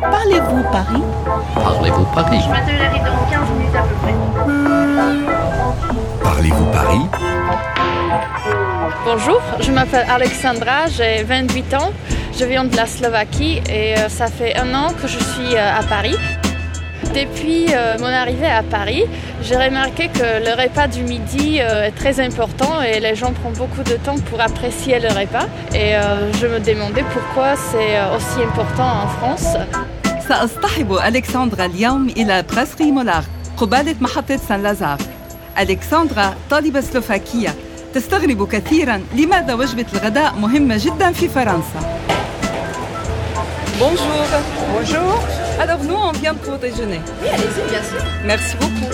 Parlez-vous Paris Parlez-vous Paris Je m'appelle arrive dans 15 minutes à peu près. Parlez-vous Paris Bonjour, je m'appelle Alexandra, j'ai 28 ans, je viens de la Slovaquie et euh, ça fait un an que je suis euh, à Paris. Depuis euh, mon arrivée à Paris, j'ai remarqué que le repas du midi euh, est très important et les gens prennent beaucoup de temps pour apprécier le repas. Et euh, je me demandais pourquoi c'est euh, aussi important en France. سأصطحب ألكسندرا اليوم إلى براسري مولار قبالة محطة سان لازار ألكسندرا طالبة سلوفاكية تستغرب كثيرا لماذا وجبة الغداء مهمة جدا في فرنسا Bonjour. Bonjour. Alors nous, on vient pour déjeuner. Oui, allez-y, bien sûr. Merci beaucoup.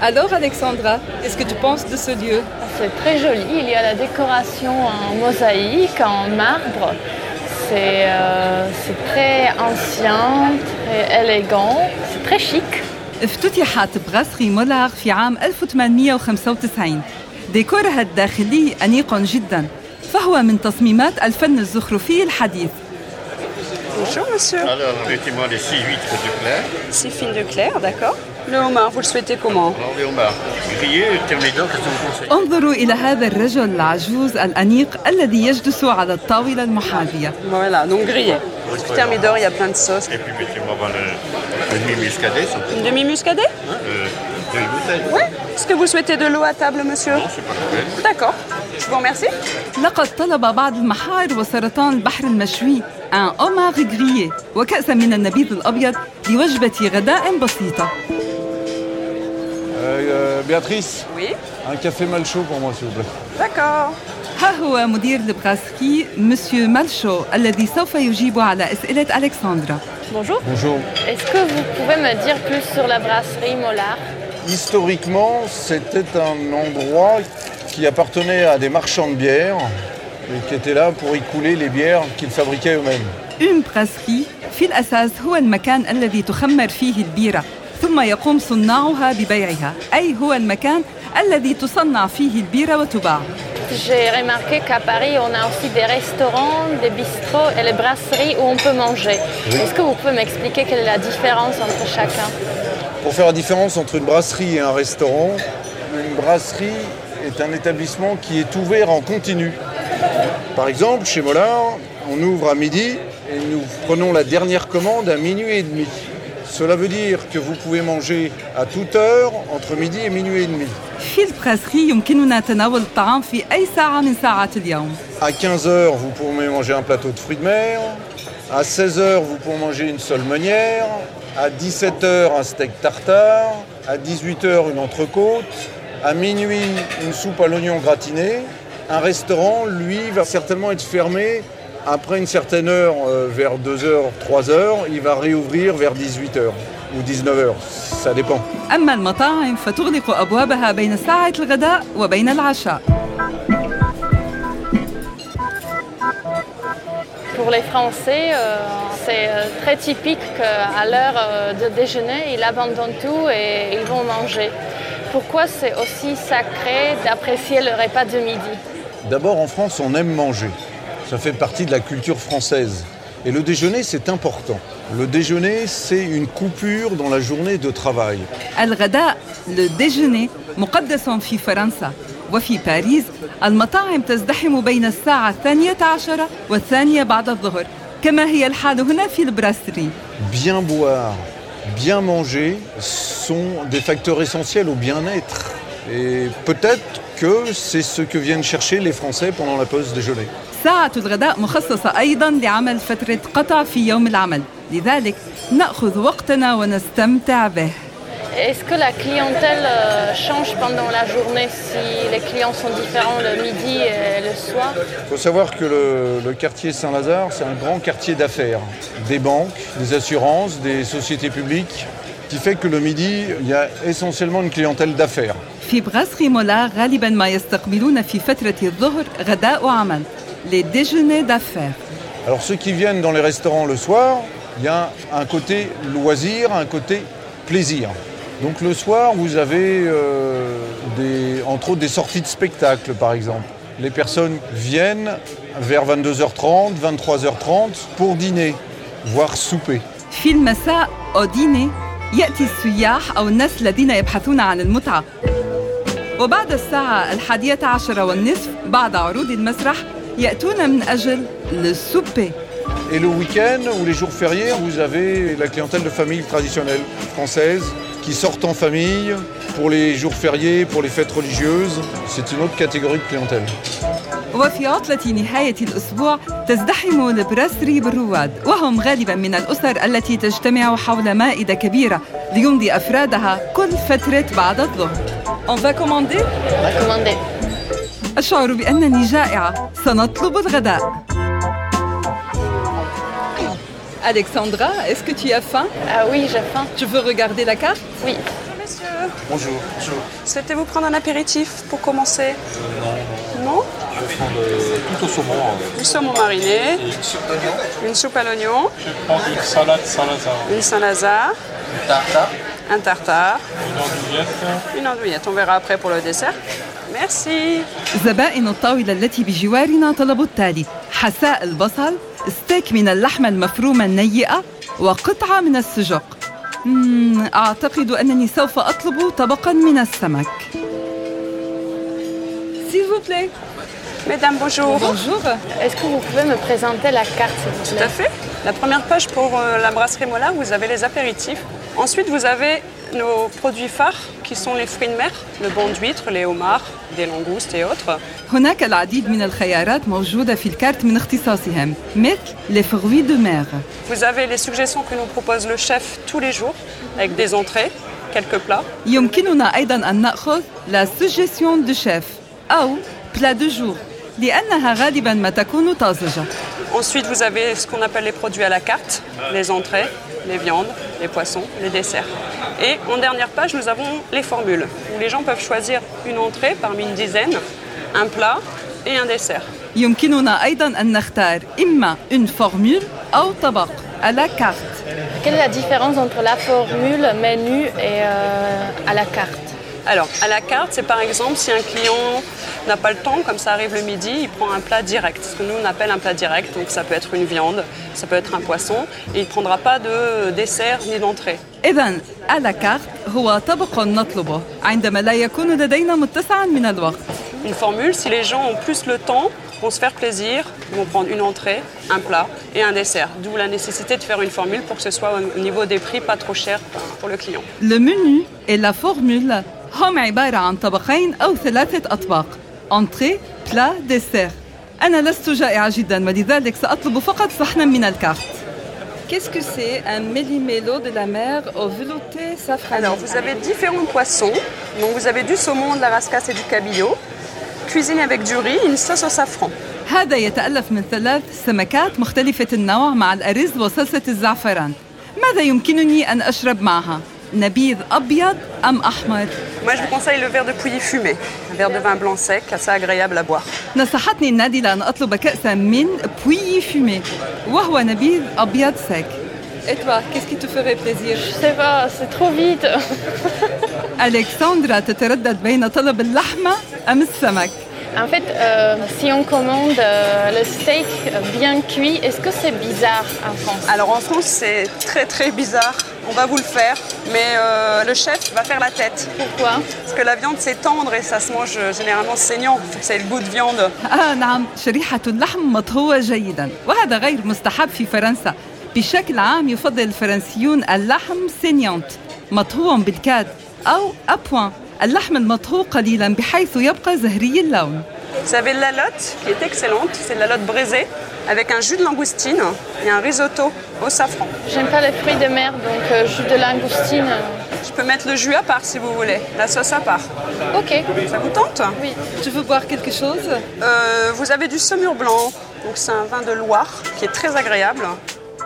Alors Alexandra, qu'est-ce que tu penses de ce lieu C'est très joli, il y a la décoration en mosaïque, en marbre. C'est euh, c'est très ancien, très élégant, c'est très chic. افتتحت براسري مولار في عام 1895 ديكورها الداخلي أنيق جدا فهو من تصميمات الفن الزخرفي الحديث Bonjour monsieur, Alors, mettez-moi les 6 huîtres de clair. c'est Fine de Claire, d'accord Le homard, vous le souhaitez comment Alors, les homards grillés, terminés d'or, qu'est-ce que vous conseillez انظروا إلى هذا الرجل العجوز الأنيق الذي يجلس على الطاولة المحاذية Voilà, donc grillé. Thermidor, il y a plein de sauces. Et puis, mettez-moi ben, le, le demi-muscadet, surtout, Une demi-muscadet hein, euh, deux bouteilles. Oui. Est-ce que vous souhaitez de l'eau à table monsieur Non, c'est pas la peine. D'accord, je vous remercie. لقد طلب بعض المحار وسرطان البحر المشوي ان اومار غريي وكأسا من النبيذ الأبيض لوجبة غداء بسيطة Euh, euh, Béatrice, Oui, un café mal chaud pour moi, s'il vous plaît. d'accord. ها هو مدير البراسكي مسيو مالشو الذي سوف يجيب على أسئلة ألكسندرا Bonjour, Bonjour. est-ce que vous pouvez me dire plus sur la brasserie Mollard Historiquement, c'était un endroit qui appartenait à des marchands de bière et qui était là pour y couler les bières qu'ils fabriquaient eux-mêmes. أون براسكي في الأساس هو المكان الذي تخمر فيه البيرة ثم يقوم صناعها ببيعها أي هو المكان الذي تصنع فيه البيرة وتباع J'ai remarqué qu'à Paris, on a aussi des restaurants, des bistrots et les brasseries où on peut manger. Est-ce que vous pouvez m'expliquer quelle est la différence entre chacun Pour faire la différence entre une brasserie et un restaurant, une brasserie est un établissement qui est ouvert en continu. Par exemple, chez Mollard, on ouvre à midi et nous prenons la dernière commande à minuit et demi. Cela veut dire que vous pouvez manger à toute heure entre midi et minuit et demi. في البراسكي يمكننا تناول الطعام في أي ساعة من ساعات اليوم À 15h, vous pourrez manger un plateau de fruits de mer. À 16h, vous pourrez manger une seule meunière. À 17h, un steak tartare. À 18h, une entrecôte. À minuit, une soupe à l'oignon gratiné. Un restaurant, lui, va certainement être fermé après une certaine heure, euh, vers 2h, 3h. Il va réouvrir vers 18h ou 19h. Ça dépend. أما المطاعم فتغلق أبوابها بين ساعة الغداء وبين العشاء Pour les Français, euh, c'est euh, très typique qu'à l'heure euh, de déjeuner, ils abandonnent tout et ils vont manger. Pourquoi c'est aussi sacré d'apprécier le repas de midi D'abord, en France, on aime manger. Ça fait partie de la culture française. Et le déjeuner, c'est important. Le déjeuner, c'est une coupure dans la journée de travail. الغداء للديجيني مقدس في فرنسا وفي باريس المطاعم تزدحم بين الساعة الثانية عشرة والثانية بعد الظهر كما هي الحال هنا في البراستري Bien boire, bien manger sont des facteurs essentiels au bien-être. Et peut-être que c'est ce que viennent chercher les Français pendant la pause déjeuner. ساعة الغداء مخصصة أيضا لعمل فترة قطع في يوم العمل لذلك نأخذ وقتنا ونستمتع به Est-ce que la clientèle euh, change pendant la journée si les clients sont différents le midi et le soir Il faut savoir que le, le quartier Saint-Lazare, c'est un grand quartier d'affaires. Des banques, des assurances, des sociétés publiques, qui fait que le midi, il y a essentiellement une clientèle d'affaires. في براسري مولا غالبا ما يستقبلون في فترة الظهر غداء وعمل les déjeuners d'affaires. Alors ceux qui viennent dans les restaurants le soir, il y a un côté loisir, un côté plaisir. Donc le soir, vous avez euh, des- entre autres des sorties de spectacle, par exemple. les personnes viennent vers 22h30, 23h30 pour dîner, voire souper. في المساء أو ديني يأتي السياح أو الناس الذين يبحثون عن المتعة وبعد الساعة الحادية عشرة والنصف بعد عروض المسرح يأتون من أجل السوبي Et le week-end ou les jours fériés, vous avez la clientèle de famille traditionnelle française qui sortent en famille pour les jours fériés, pour les fêtes religieuses. C'est une autre catégorie de clientèle. وفي عطلة نهاية الأسبوع تزدحم البراسري بالرواد وهم غالبا من الأسر التي تجتمع حول مائدة كبيرة ليمضي أفرادها كل فترة بعد الظهر On va commander Commandez. أشعر بأنني جائعة سنطلب الغداء Alexandra, est-ce que tu as faim Ah oui, j'ai faim. Tu veux regarder la carte Oui. Messieurs, Bonjour. Bonjour. souhaitez-vous prendre un apéritif pour commencer Non Euh, Je vais prendre euh, tout au saumon. euh, Du saumon mariné, et une soupe d'oignon. une soupe à l'oignon, Je prends une salade Salazar. une Saint-Lazare, Une tartare. un tartare, Une andouillette. une andouillette. On verra après pour le dessert. Merci. زبائن الطاولة التي بجوارنا طلبوا التالي حساء البصل ستيك من اللحمة المفرومة النيئة وقطعة من السجق مم، أعتقد أنني سوف أطلب طبقا من السمك S'il vous plaît. Mesdames, bonjour. Bonjour. Est-ce que vous pouvez me présenter la carte, s'il vous Tout à plaît fait. La première page pour euh, la brasserie Mola, vous avez les apéritifs. Ensuite, vous avez nos produits phares qui sont les fruits de mer, le banc d'huîtres, les homards, des langoustes et autres. هناك العديد من الخيارات موجودة في الكارت من اختصاصهم مثل les fruits de mer. Vous avez les suggestions que nous propose le chef tous les jours avec des entrées, quelques plats. يمكننا أيضا أن نأخذ la suggestion du chef أو plat de jour لأنها غالبا ما تكون طازجة Ensuite, vous avez ce qu'on appelle les produits à la carte, les entrées, les viandes, les poissons, les desserts. Et en dernière page, nous avons les formules, où les gens peuvent choisir une entrée parmi une dizaine, un plat et un dessert. يمكننا أيضا أن نختار إما une formule أو طبق à la carte Quelle est la différence entre la formule menu et euh, à la carte Alors, à la carte, c'est par exemple si un client n'a pas le temps, comme ça arrive le midi, il prend un plat direct, ce que nous on appelle un plat direct, donc ça peut être une viande, ça peut être un poisson, et il ne prendra pas de dessert ni d'entrée. إذا à la carte هو طبق نطلبه عندما لا يكون لدينا متسعا من الوقت Une formule, si les gens ont plus le temps, vont se faire plaisir, ils vont prendre une entrée, un plat et un dessert. D'où la nécessité de faire une formule pour que ce soit au niveau des prix pas trop cher pour le client. le menu et la formule هم عبارة عن طبقين أو ثلاثة أطباق entrée, plat, dessert أنا لست جائعة جدا ولذلك سأطلب فقط صحنا من الكارت Qu'est-ce que c'est un méli-mélo de la mer au velouté safrané Alors, vous avez différents poissons. Donc, vous avez du saumon, de la rascasse et du cabillaud. Cuisine avec du riz, une sauce au safran. هذا يتألف من ثلاث سمكات مختلفة النوع مع الأرز وصلصة الزعفران ماذا يمكنني أن أشرب معها؟ نبيذ أبيض أم أحمر؟ Moi, je vous conseille le verre de pouilly fumé, un verre de vin blanc sec, assez agréable à boire. نصحتني النادلة أن أطلب كأسا من بويي فيمي وهو نبيذ أبيض ساك Et toi, qu'est-ce qui te ferait plaisir Je sais pas, c'est trop vite. ألكسندرا تتردد بين طلب اللحمة أم السمك En fait, euh, si on commande euh, le steak bien cuit, est-ce que c'est bizarre en France Alors, en France, c'est très très bizarre. On va vous le faire, mais euh, le chef va faire la tête. Pourquoi Parce que la viande, c'est tendre et ça se mange euh, généralement saignant. C'est le goût de viande. آه نعم شريحة اللحم مطهوة جيدا وهذا غير مستحب في فرنسا بشكل عام يفضل الفرنسيون اللحم سينيونت مطهوا بالكاد أو أبوان اللحم المطهو قليلا بحيث يبقى زهري اللون Vous avez la lotte qui est excellente, c'est de la lotte braisée avec un jus de langoustine et un risotto au safran. J'aime pas les fruits de mer, donc euh, jus de langoustine. Je peux mettre le jus à part si vous voulez, la sauce à part. euh, Ok, Ça vous tente oui. Tu veux boire quelque chose Euh, Vous avez du saumur blanc, donc c'est un vin de Loire qui est très agréable.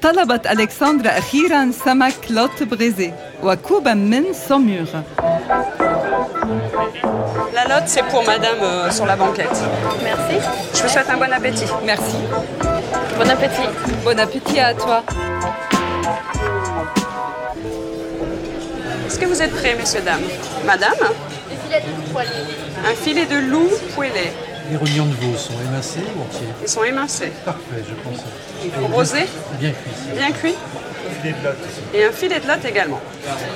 طلبت ألكسندرا أخيرا سمك لوت بريزي وكوبا من سوميور La lotte, c'est pour madame euh, sur la banquette. Merci. Je vous souhaite un bon appétit. Merci. Bon appétit. Bon appétit à toi. Est-ce que vous êtes prêts, messieurs, dames Madame Un filet de loup poêlé. Un filet de loup poêlé. Les rognons de veau sont émincés ou entiers Ils sont émincés, Parfait, je pense. rosés, Bien cuits. bien cuits. Et un filet de latte également.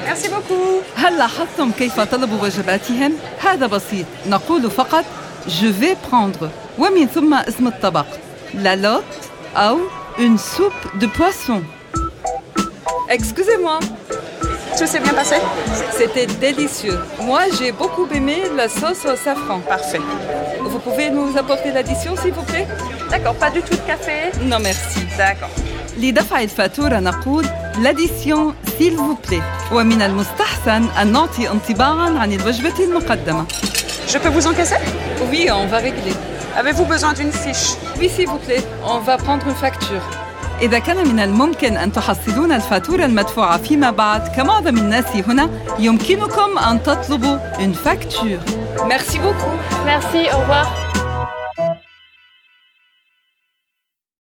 Merci beaucoup. هل لاحظتم كيف طلبوا وجباتهم؟ هذا بسيط نقول فقط je vais prendre ومن ثم اسم الطبق la lotte أو une soupe de poisson Excusez-moi, Tout s'est bien passé c'était délicieux. Moi, j'ai beaucoup aimé la sauce au safran. Parfait. Vous pouvez nous apporter l'addition, s'il vous plaît D'accord, pas du tout de café Non, merci. D'accord. لدفع الفاتورة نقول l'addition s'il vous plaît ومن المستحسن أن نعطي انطباعا عن الوجبة المقدمة Je peux vous encaisser Oui, on va régler. Avez-vous besoin d'une fiche Oui, s'il vous plaît, on va prendre une facture. إذا كان من الممكن أن تحصلون الفاتورة المدفوعة فيما بعد كمعظم الناس هنا يمكنكم أن تطلبوا une facture. Merci beaucoup. Merci, au revoir.